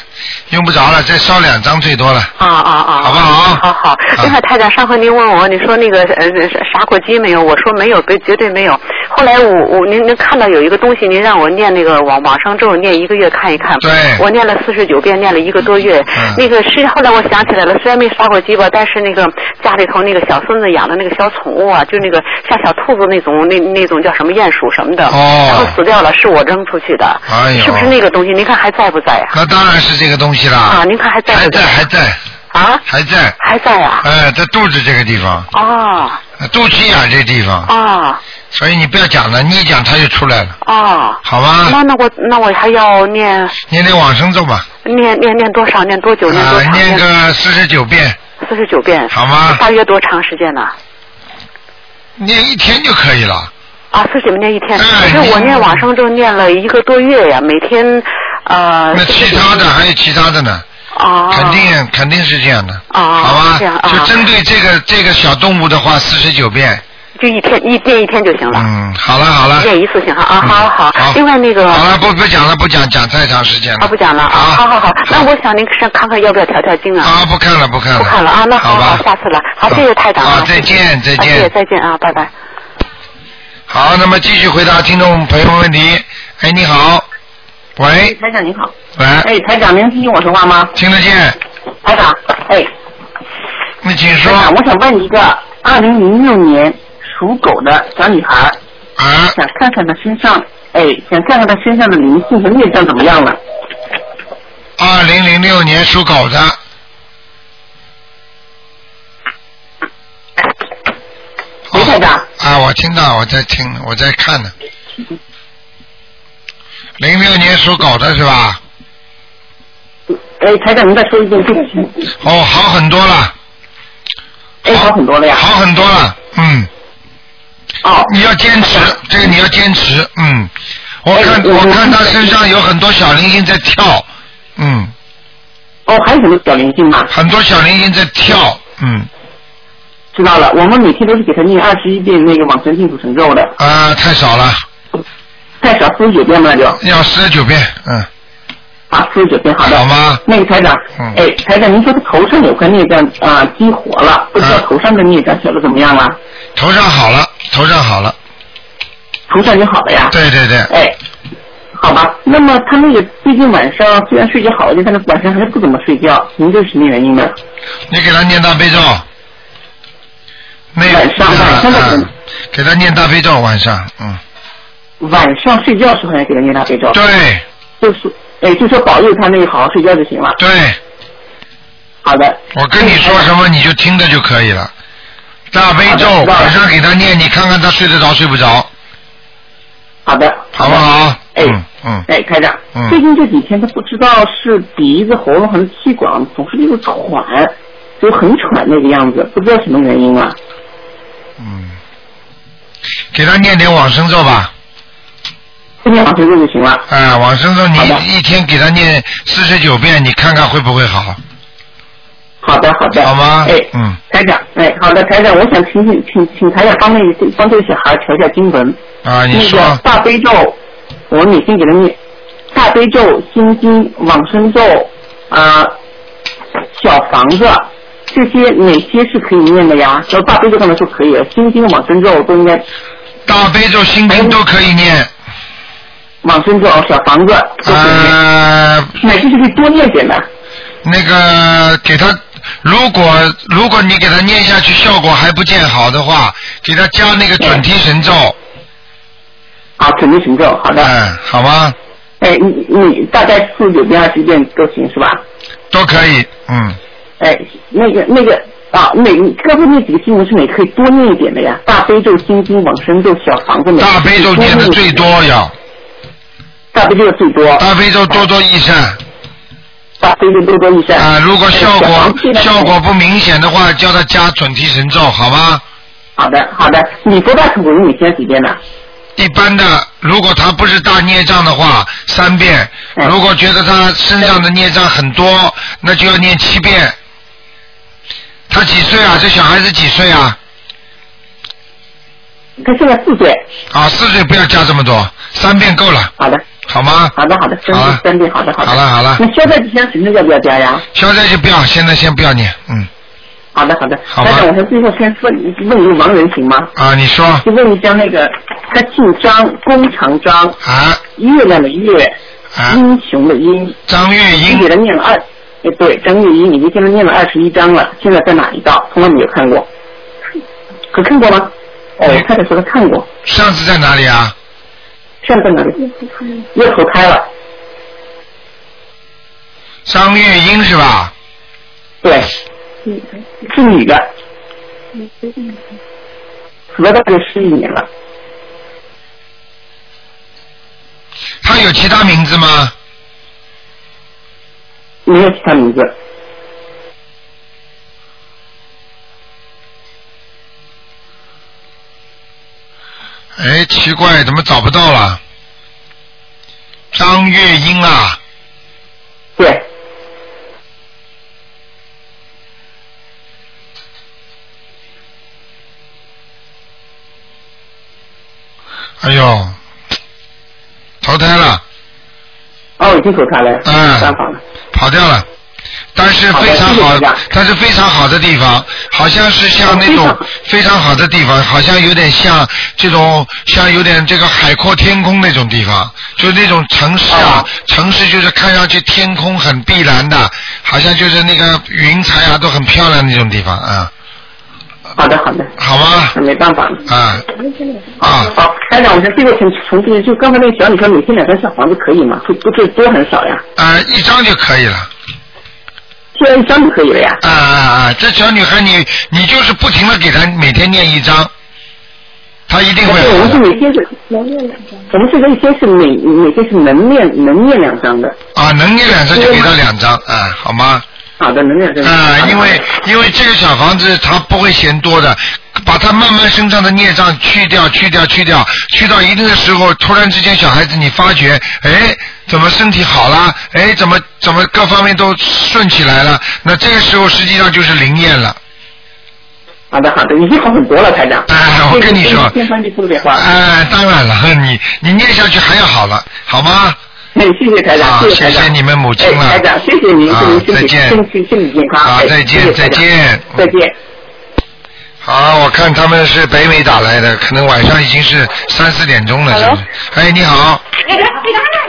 用不着了，再烧两张最多了。啊啊啊！好不好？好好。另外，台长，上回您问我，你说那个呃杀过鸡没有？我说没有，对，绝对没有。后来我我您您看到有一个东西，您让我念那个往往生咒，念一个月看一看。对嗯我念了四十九遍，念了一个多月。那个是后来我想起来了，虽然没杀过鸡吧，但是那个家里头那个小孙子养的那个小宠物啊，就那个像小兔子那种那那种叫什么鼹鼠什么的，哦然后死掉了，是我扔出去的。哎呦是不是那个东西？您看还在不在呀、那当然是这个东西啦。啊您看还在不还在，在还在。啊？还在。还在啊？哎，在肚子这个地方，哦呃肚脐眼这地方，哦所以你不要讲了，你一讲它就出来了，哦。好吧？那那我那我还要念念念往生咒吧，念念念多少？念多久？念多啊，长？念个啊四十九遍，四十九遍。好吗大约多长时间呢？念一天就可以了。啊，四十九念一天。哎可是我念往生咒念了一个多月呀，每天呃。那其他的还有其他的呢？哦。肯定肯定是这样的，哦啊，好吧这样？啊，就针对这个这个小动物的话，四十九遍。就一天一念一天就行了。嗯，好了好了。念一次性哈啊，嗯好好。好另外那个。好了，不不讲了，不讲，讲太长时间啊，了。不讲了啊，好好好，那我想您上看看要不要调调经啊？啊，不看了，不看了。不看了啊，那好好，下次了，好，谢谢台长啊，好再见谢再谢见啊谢谢再见啊，拜拜。好，那么继续回答听众朋友问题。哎，你好，喂，台长您好。喂，哎，台长，您听我说话吗？听得见。台长，哎。你请说。台长，我想问一个二零零六年属狗的小女孩。啊。想看看她身上，哎，想看看她身上的灵性和孽障怎么样了。二零零六年属狗的。没台长。啊，我听到，我在听，我在看呢。零六年属狗的是吧？哎，台长，您再说一遍，对不起。哦，好很多了。哎，好很多了呀。好很多了，嗯。哦。你要坚持，这个你要坚持，嗯。我哎看我看他身上有很多小灵性在跳，嗯。哦，还有什么小灵性吗？很多小灵性在跳，嗯。知道了，我们每天都是给她念二十一遍那个往生净土神咒的，啊，太少了，太少四十九遍吧那就。要四十九遍，嗯。啊，四十九遍，好的。好吗？那个台长，嗯哎，台长，您说他头上有块孽障啊，激活了，不知道头上的孽障小的怎么样了？啊头上好了，头上好了。头上就好了呀？对对对。哎，好吧，那么他那个最近晚上虽然睡觉好一点，但是晚上还是不怎么睡觉，您这是什么原因呢？你给他念大悲咒。那晚上，晚上、嗯、给他念大悲咒，晚上，嗯，晚上睡觉时候也给他念大悲咒。对。就是，哎，就说保佑他那个好好睡觉就行了。对。好的。我跟你说什么你就听着就可以了。大悲咒好的知道了晚上给他念，你看看他睡得着睡不着，好的。好不好？哎嗯嗯，哎，台长，嗯最近这几天他不知道是鼻子、喉咙还是气管，总是那种喘，就很喘那个样子，不知道什么原因啊。给他念点往生咒吧。念往生咒就行了。哎、往生咒你一天给他念四十九遍，你看看会不会好？好的，好的。好吗？哎，嗯，台长，哎，好的，台长，我想请请请请台长帮那个帮这个小孩调一下经文。啊，你那说，个大悲咒，我每天给他念大悲咒、心经、往生咒啊、小房子这些哪些是可以念的呀？要大悲咒刚才说可以，啊心经、往生咒都应该。大悲咒、心经都可以念。往生咒、小房子都可以念。呃，哪些是可以多念点的？那个给他，如果如果你给他念下去效果还不见好的话，给他加那个准提神咒，啊，准提神咒，好的。嗯，好吗？哎，你你大概四十九遍、二十遍都行是吧？都可以，嗯。哎，那个那个啊，哪刚才那几个经文是哪可以多念一点的呀？大悲咒、心经、往生咒、小房子。大悲咒念的最多要。大悲咒最多。大悲咒多多益善。大悲咒多多益善。啊，如果效果效果不明显的话，叫他加准提神咒，好吗？好的，好的。你多大程度你现在几遍呢？一般的，如果他不是大孽障的话，三遍；嗯如果觉得他身上的孽障很多，那就要念七遍。他几岁啊？这小孩子几岁啊？他现在四岁。啊，四岁不要加这么多，三遍够了。好的。好吗？好的，好的，真的真的，好的，好的。好了好了那消灾吉祥神咒要不要加呀？消灾就不要，现在先不要念，嗯。好的，好的。好吧台长，我想最后先问问一个盲人行吗？啊，你说。就问一下那个，他姓张，弓长张。啊。月亮的月。啊。英雄的英。张月英。你给他念了二，哎，对，张月英，你就给他念了二十一章了，现在在哪一道？从来没有看过。可看过吗？哦，太太说他看过，上次在哪里啊？现在在哪里？又投胎了。张月英是吧？对，是女的，死了大概十一年了。她有其他名字吗？没有其他名字。哎，奇怪，怎么找不到了？张月英啊。对。哎呦，投胎了。哦，已经投胎了。嗯。跑掉了，但是非常好，但是非常好的地方，好像是像那种哦非常好的地方，好像有点像这种像有点这个海阔天空那种地方，就是那种城市啊，城市就是看上去天空很碧蓝的，好像就是那个云彩啊都很漂亮那种地方啊。好的，好的。好吗？没办法了。啊，啊。好，台长，我想这个请重复一下，就刚才那个小女生每天两张小房子可以吗？不不，这多很少呀，啊，一张就可以了。现在一张就可以了呀。啊啊啊！这小女孩你，你就是不停的给她每天念一张，她一定会但是好我们是的。每天是能念两张，我们是每天是每每天是能念能念两张的。啊，能念两张就给她两张，啊，好吗？好的，能念两张。啊，因为因为这个小房子它不会嫌多的，把它慢慢身上的孽障去掉，去掉，去掉，去到一定的时候，突然之间小孩子你发觉，哎，怎么身体好啦？哎，怎么怎么各方面都顺起来了？那这个时候实际上就是灵验了。好的，好的，已经好很多了，台长。哎，我跟你说，天翻地覆的变化。哎，当然了，你你念下去还要好了，好吗？哎，谢谢台啊长，，谢谢台长。谢你们母亲了。哎台长，谢谢您，祝啊您，身再体见。身体身体健康。啊哎再见谢谢台长再见再见。好，我看他们是北美打来的，可能晚上已经是三四点钟了。Hello。哎，你 好，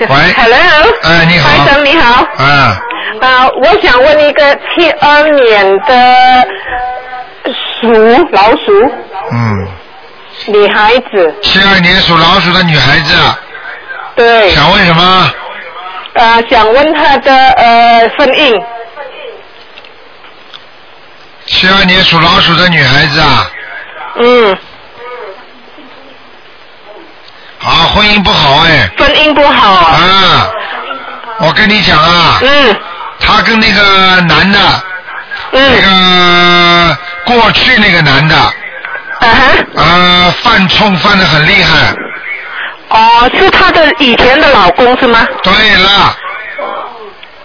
喂。 Hello。哎，你好。先生你好。啊，啊，我想问一个七二年的鼠老鼠嗯，女孩子，七二年属老鼠的女孩子，啊对，想问什么？啊，想问她的呃婚姻，七二年属老鼠的女孩子啊。嗯。好，啊婚姻不好哎。婚姻不好。啊，我跟你讲啊。嗯。她跟那个男的。嗯。那个过去那个男的。啊哈。啊，犯冲犯的很厉害。哦，是她的以前的老公是吗？对了。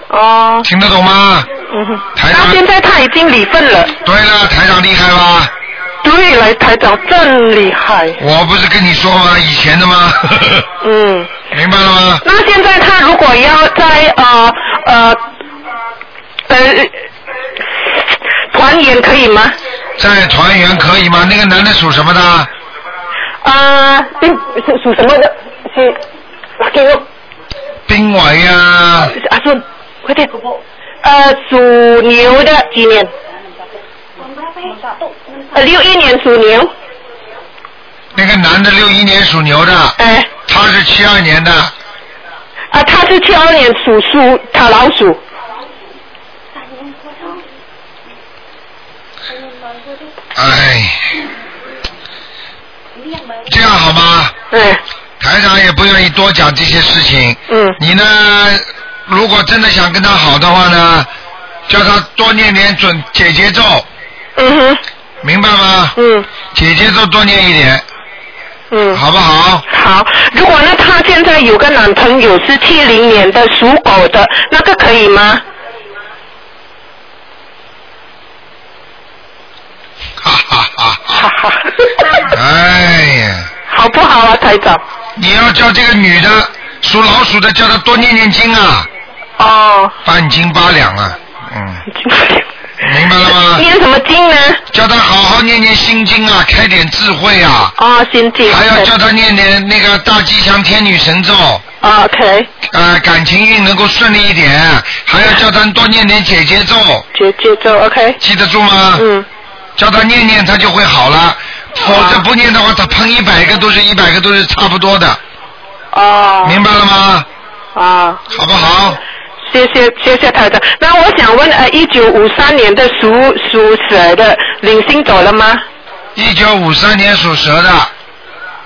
哦。听得懂吗？嗯哼。台那现在她已经离婚了。对了，台长厉害吧？对了，台长真厉害。我不是跟你说吗？以前的吗？嗯。 明白了吗？那现在她如果要在呃呃呃团圆可以吗？在团圆可以吗？那个男的属什么的？啊、嗯属属什么的？是拿嗯给我。丁伟呀。阿顺，快点。呃，属牛的几年？呃，六一年属牛。那个男的六一年属牛的。哎。他是七二年的。啊，他是七二年属鼠，他老鼠。哎，这样好吗？嗯。台长也不愿意多讲这些事情。嗯。你呢？如果真的想跟他好的话呢，叫他多念点准解结咒。嗯哼。明白吗？嗯。解结咒多念一点。嗯。好不好？好，如果呢，她现在有个男朋友是七零年的属狗的，那个可以吗？哎呀。好不好啊，台长？哎啊你要叫这个女的属老鼠的叫他多念念经啊。哦。半斤八两啊，嗯。明白了吗？念什么经呢？叫他好好念念心经啊，开点智慧啊。哦，心经。还要叫他念点那个大吉祥天女神咒。哦 OK。呃，感情运能够顺利一点，还要叫他多念点姐姐咒。姐姐咒，OK。记得住吗？嗯。啊叫他念念，他就会好了。否则不念的话，他喷一百个都是一百个都是差不多的。哦。明白了吗？啊。好不好？谢谢谢谢台长。那我想问，呃，一九五三年的属属蛇的领星走了吗？一九五三年属蛇的。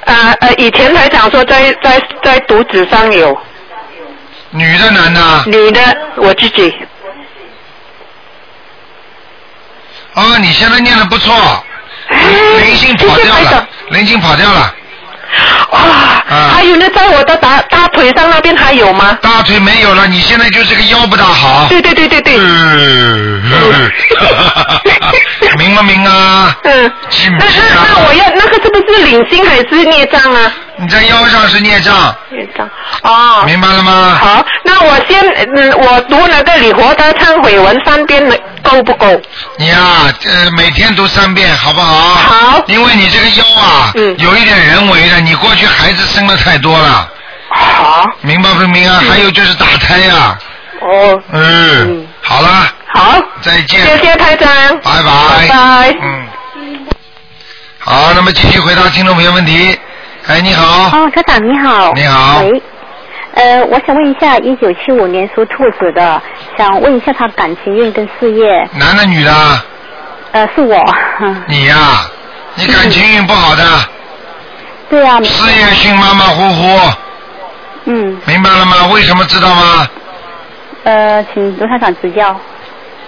呃呃，以前台长说在在在肚子上有。女的男的？女的，我自己。哦，你现在念的不错，灵性哎跑掉了，灵性跑掉了。哇，还有呢，在我的大大腿上那边还有吗？啊大腿没有了，你现在就是个腰不大好。嗯对对对对对。 明不明啊？嗯。记不那记那啊？那我要那个是不是领星还是孽障啊？你在腰上是孽障。孽障。哦。明白了吗？好，那我先，嗯，我读那个李活的忏悔文三遍的够不够？你呀、呃，每天读三遍，好不好？好。因为你这个腰啊，嗯有一点人为的，你过去孩子生的太多了。好。嗯明白不明啊？还有就是打胎呀、哦。嗯。好了。好。再见。谢谢台长。拜拜。拜拜。嗯。好，那么继续回答听众朋友问题。哎，你好。哦，台长你好。你好喂，呃，我想问一下，一九七五年属兔子的，想问一下他感情运跟事业。男的女的啊？呃，是我。 你呀、你感情运不好的，对啊。事业运马马虎虎，嗯，明白了吗？为什么知道吗？呃，请卢台长指教。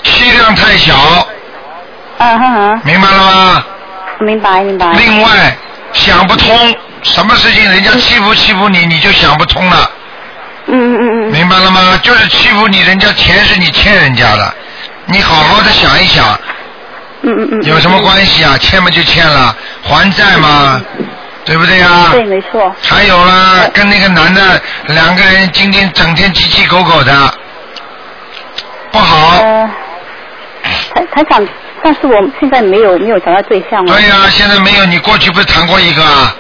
气量太小，啊哈哈，明白了吗？明白明白。另外，想不通，什么事情人家欺负欺负你，你就想不通了。嗯嗯嗯。明白了吗？就是欺负你，人家钱是你欠人家的，你好好的想一想。嗯嗯嗯。有什么关系啊？欠嘛就欠了，还债嘛，对不对啊？对，没错。还有啦，跟那个男的两个人今天整天叽叽狗狗的，不好。呃台台长，但是我现在没有没有找到对象。对呀、现在没有，你过去不是谈过一个啊？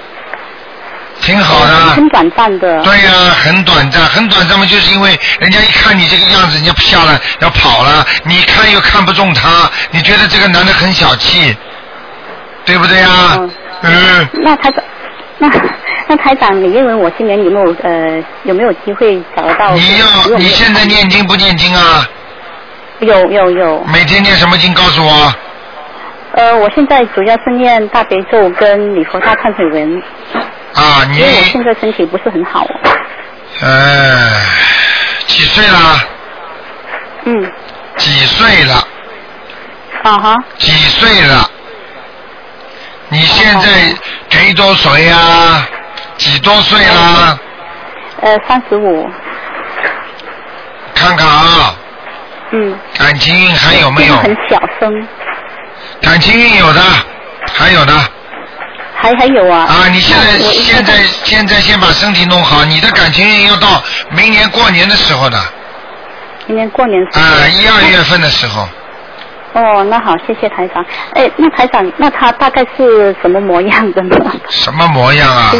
挺好的。嗯很短暂的。对呀、很短暂，很短暂嘛，就是因为人家一看你这个样子，人家下来要跑了，你看又看不中他，你觉得这个男的很小气，对不对呀、嗯，那台长，那那台长，你认为我今年有没有呃有没有机会找得到？你要你现在念经不念经啊？有有有。每天念什么经？告诉我。呃，我现在主要是念大悲咒跟礼佛大忏悔文。啊，你因为我现在身体不是很好。呃，几岁啦？嗯。几岁了？啊哈。几岁了？你现在几多岁呀、几多岁啦？呃，三十五。看看啊，嗯。感情运还有没有声？音很小声，感情运有的，还有的还还有啊。啊！你现在那我现在现在先把身体弄好，你的感情运要到明年过年的时候的，今年过年时啊，一二月份的时候。哦，那好，谢谢台长。哎，那台长，那他大概是什么模样的呢？什么模样啊？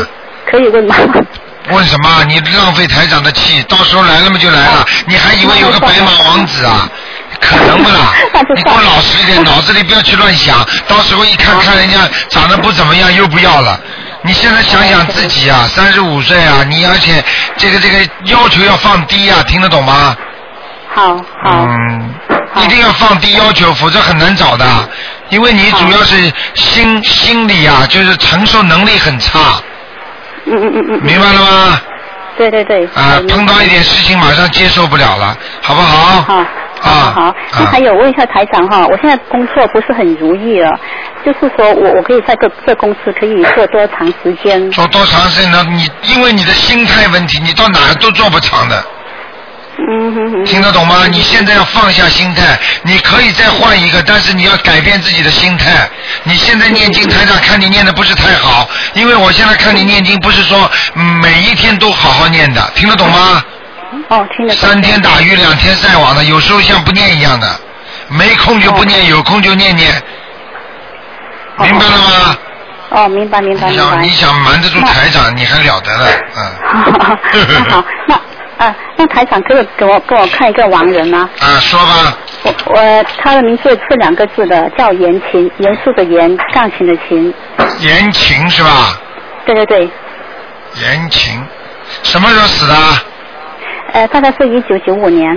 可以问吗？ 问什么？你浪费台长的气，到时候来了嘛就来了，你还以为有个白马王子啊？可能不 啦？你给我老实一点，脑子里不要去乱想，到时候一看看人家长得不怎么样，又不要了。你现在想想自己啊，三十五岁啊，你而且这个这个要求要放低啊，听得懂吗？好好。嗯，一定要放低要求，否则很难找的。因为你主要是心心理啊，就是承受能力很差。嗯嗯嗯嗯。明白了吗？对对对。啊，碰到一点事情马上接受不了了，好不好？好。啊。好，那还有问一下台长哈，我现在工作不是很如意了，就是说我我可以在这这公司可以做多长时间？做多长时间呢？你因为你的心态问题，你到哪儿都做不长的。嗯哼哼。听得懂吗？你现在要放下心态，你可以再换一个，但是你要改变自己的心态。你现在念经，台长看你念的不是太好，因为我现在看你念经，不是说嗯每一天都好好念的，听得懂吗？哦，听得懂。三天打鱼两天晒网的，有时候像不念一样的，没空就不念，哦有空就念念，明白了吗？哎哦，明白明白你明想白啊你。想瞒得住台长，你还了得了？嗯，那 好，那啊，那台长可以给我给我看一个亡人吗？啊，说吧，我我他的名字是两个字的，叫严琴，严肃的严，钢琴的琴。言情是吧？对对对，言情，什么时候死的？呃，大概是一九九五年，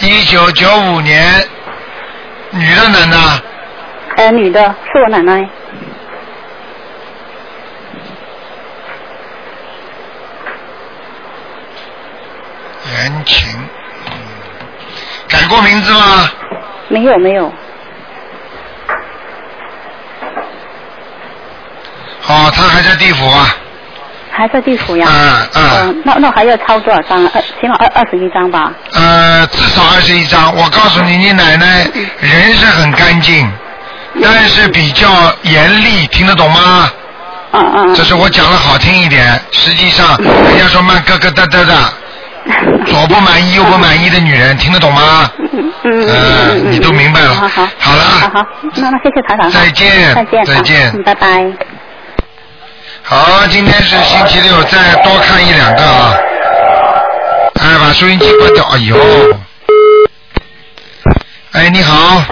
一九九五年，女的男的？呃，女的，是我奶奶。言情，嗯改过名字吗？没有没有，哦，他还在地府啊。还在地府呀。嗯嗯。那那我还要抄多少张？二起码二二十一张吧。呃，至少二十一张。我告诉你，你奶奶人是很干净，但是比较严厉，听得懂吗？嗯嗯。这是我讲的好听一点，实际上人家说慢咯咯哒哒哒， 左不满意右不满意的女人，听得懂吗？嗯嗯呃，你都明白了。好好好了。好好，那那谢谢台长。再见再见，再见好嗯拜拜。好，今天是星期六，再多看一两个啊。哎，把收音机关掉。哎呦，哎，你好，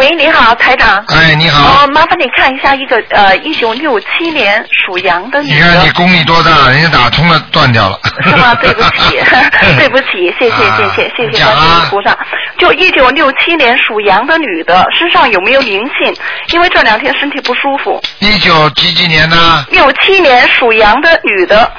喂，你好，台长。哎，你好。哦，麻烦你看一下一个呃，一九六七年属羊的女你的。看你功力多 大，人家打通了断掉了。是吗？对不 起， 对不起，谢谢啊谢谢谢谢讲观世啊音菩萨。就一九六七年属羊的女的，身上有没有灵性？因为这两天身体不舒服。一九几几年呢？六七年属羊的女的，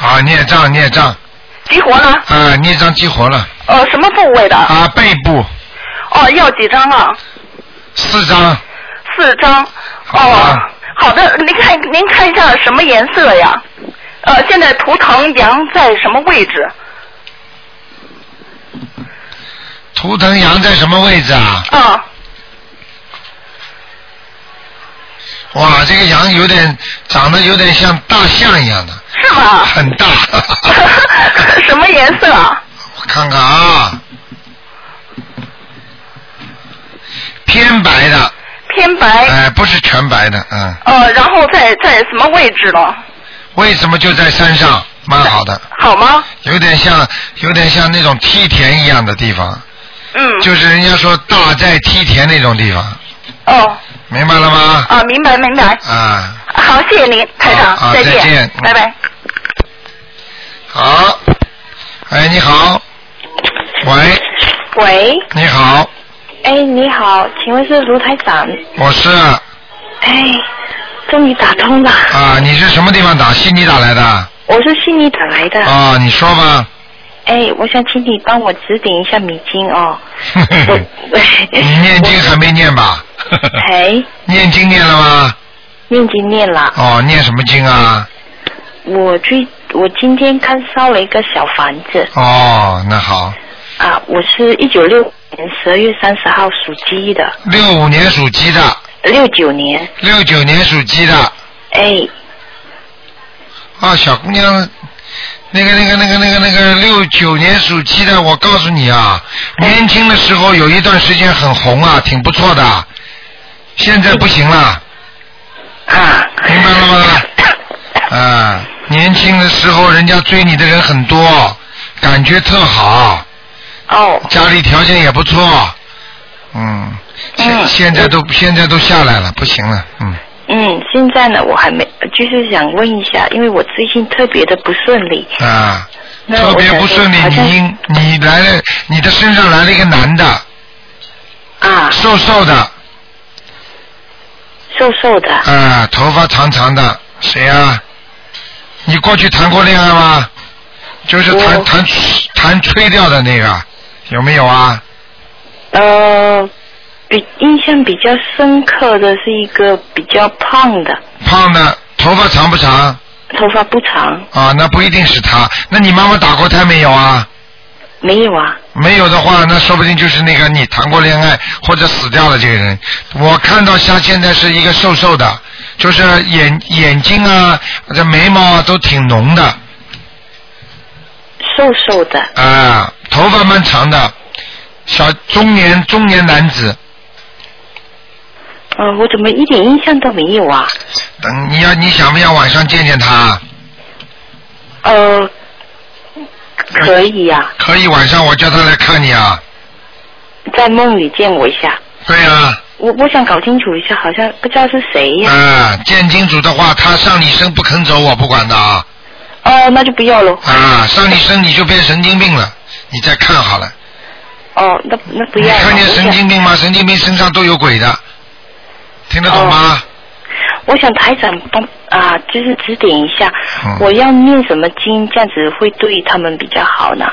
啊，孽障孽障激活了。啊，孽障激活了呃，什么部位的？啊，背部哦，要几张啊？四张四张。哦，好的，您看您看一下什么颜色呀？呃，现在图腾羊在什么位置？图腾羊在什么位置啊？啊，哇，这个羊有点长得有点像大象一样的，是吗？很大。 什么颜色啊？我看看啊，偏白的，偏白。哎，不是全白的，嗯。呃，然后在在什么位置呢？为什么就在山上？蛮好的，好吗？有点像有点像那种梯田一样的地方。嗯。就是人家说大寨梯田那种地方，哦，明白了吗？啊，明白明白。啊，好，谢谢您，台长，好好再见，再见拜拜。好。哎，你好。喂，喂，你好，哎，你好，请问是卢台长？我是啊，哎，终于打通了，你是什么地方打？悉尼打来的？我是悉尼打来的。啊，你说吧。 哎，我想请你帮我指点一下米经哦。你念经还没念吧？哎， 念经念了吗？念经念了，哦，念什么经啊？我最我今天看烧了一个小房子哦，那好，啊，我是一九六年十二月三十号属鸡的，六五年属鸡的，六九年，六九年属鸡的，哎，啊，小姑娘，那个那个那个那个那个六九年属鸡的，我告诉你啊，哎年轻的时候有一段时间很红啊，挺不错的，现在不行了。啊。明白了吗？啊，年轻的时候人家追你的人很多，感觉特好。哦。家里条件也不错，嗯，现现在都现在都下来了，不行了，嗯。嗯，现在呢，我还没，就是想问一下，因为我最近特别的不顺利，啊，那特别我想不顺利，好像你应你来了，你的身上来了一个男的。啊。瘦瘦的。瘦瘦的。啊，头发长长的，谁啊？你过去谈过恋爱吗？就是谈谈吹谈吹掉的那个，有没有啊？呃，比印象比较深刻的是一个比较胖的，胖的，头发长不长？头发不长，啊，那不一定是他。那你妈妈打过胎没有啊？没有啊。没有的话，那说不定就是那个你谈过恋爱或者死掉了这个人。我看到他现在是一个瘦瘦的，就是眼眼睛啊，这眉毛啊都挺浓的瘦瘦的。啊，头发蛮长的，小中年中年男子。嗯、我怎么一点印象都没有啊？等你要你想不想晚上见见他？呃，可以呀、可以晚上我叫他来看你啊。在梦里见我一下。对啊呀、我我想搞清楚一下，好像不知道是谁呀、啊，见金主的话，他上你身不肯走，我不管的啊。哦，那就不要喽。啊，上你身你就变神经病了，你再看好了。哦，那那不你要了。看见我神想经病吗？神经病身上都有鬼的，听得懂吗？哦我想台长帮啊，就是指点一下，嗯我要念什么经，这样子会对他们比较好呢？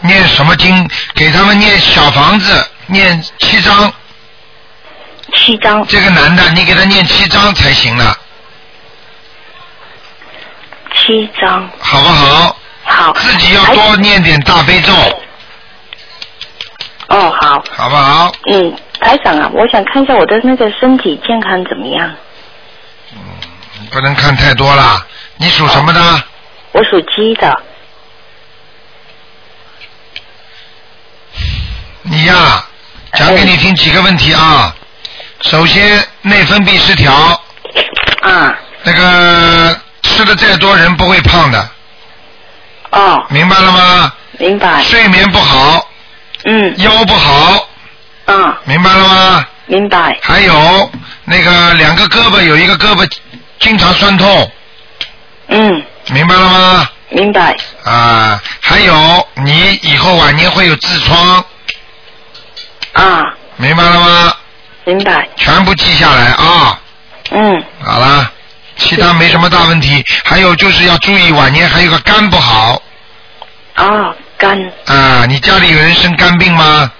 念什么经？给他们念小房子，念七章。七章。这个男的，你给他念七章才行了，七章，好不好？好。自己要多念点大悲咒，哦，好。好不好？嗯，台长啊，我想看一下我的那个身体健康怎么样。不能看太多了。你属什么的？我属鸡哦的，你呀、讲给你听几个问题啊。嗯首先，内分泌失调。啊。那个吃的再多，人不会胖的。哦。明白了吗？明白。睡眠不好。嗯。腰不好。嗯。明白了吗？明白。还有那个两个胳膊有一个胳膊经常酸痛。嗯。明白了吗？明白。啊，还有你以后晚年会有痔疮。啊。明白了吗？明白。全部记下来啊。嗯。好啦，其他没什么大问题。还有就是要注意晚年还有个肝不好哦，肝，啊。你家里有人生肝病吗？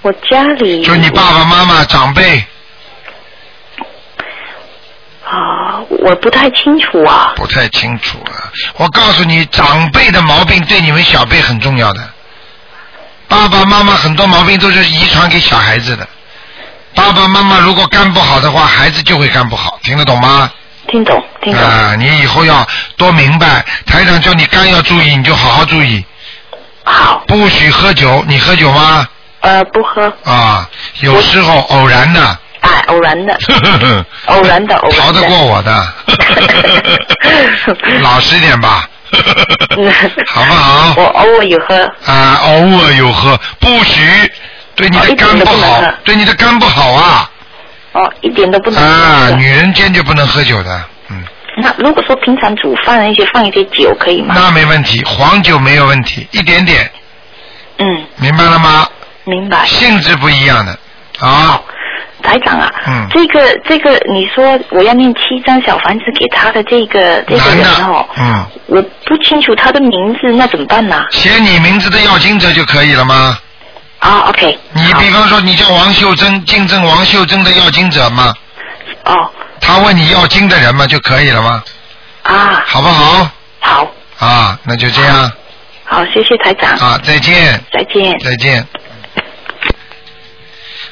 我家里。就你爸爸妈妈长辈啊、我不太清楚啊。不太清楚啊。我告诉你，长辈的毛病对你们小辈很重要的。爸爸妈妈很多毛病都是遗传给小孩子的。爸爸妈妈如果肝不好的话，孩子就会肝不好，听得懂吗？听懂，听懂。啊、你以后要多明白，台长叫你肝要注意，你就好好注意。好。不许喝酒，你喝酒吗？呃，不喝，啊，有时候偶然的，哎，偶然的，偶然的，偶然的。逃得过我的， 老实一点吧，好不好？嗯我偶尔有喝。啊，偶尔有喝，不许对你的肝不好，对你的肝不好啊。哦，一点都不啊能啊，女人坚决不能喝酒的， 那如果说平常煮饭那些放一些酒可以吗？那没问题，黄酒没有问题，一点点，嗯，啊明白了吗？明白。性质不一样的，啊，台长啊，嗯，这个这个，你说我要念七张小房子给他的这个这个人哦，嗯，我不清楚他的名字，那怎么办呢？写你名字的要经者就可以了吗？啊，OK，你比方说，你叫王秀珍，竞争王秀珍的要经者吗？哦。他问你要经的人嘛，就可以了吗？啊，好不好？好。啊，那就这样好，谢谢台长，啊，再见，再见。再见。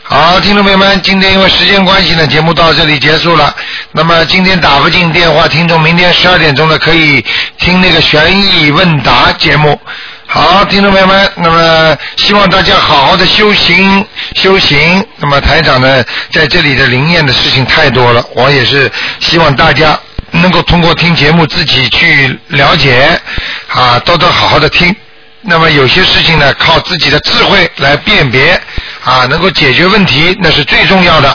好，听众朋友们，今天因为时间关系呢，节目到这里结束了。那么今天打不进电话，听众明天十二点钟呢可以听那个悬疑问答节目。好，听众朋友们，那么希望大家好好的修行修行。那么台长呢，在这里的灵验的事情太多了，我也是希望大家能够通过听节目自己去了解，啊，多多好好的听。那么有些事情呢，靠自己的智慧来辨别，啊，能够解决问题，那是最重要的。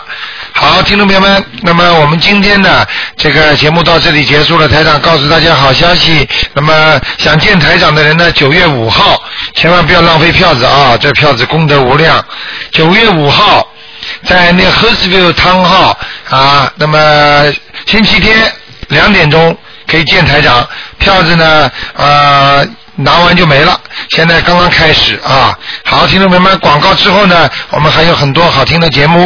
好，听众朋友们，那么我们今天的这个节目到这里结束了。台长告诉大家好消息，那么想见台长的人呢，九月五号千万不要浪费票子啊，这票子功德无量。九月五号在那 h e r s v i l l e 汤号啊，那么星期天两点钟可以见台长，票子呢呃拿完就没了，现在刚刚开始啊。好，听众朋友们，广告之后呢，我们还有很多好听的节目。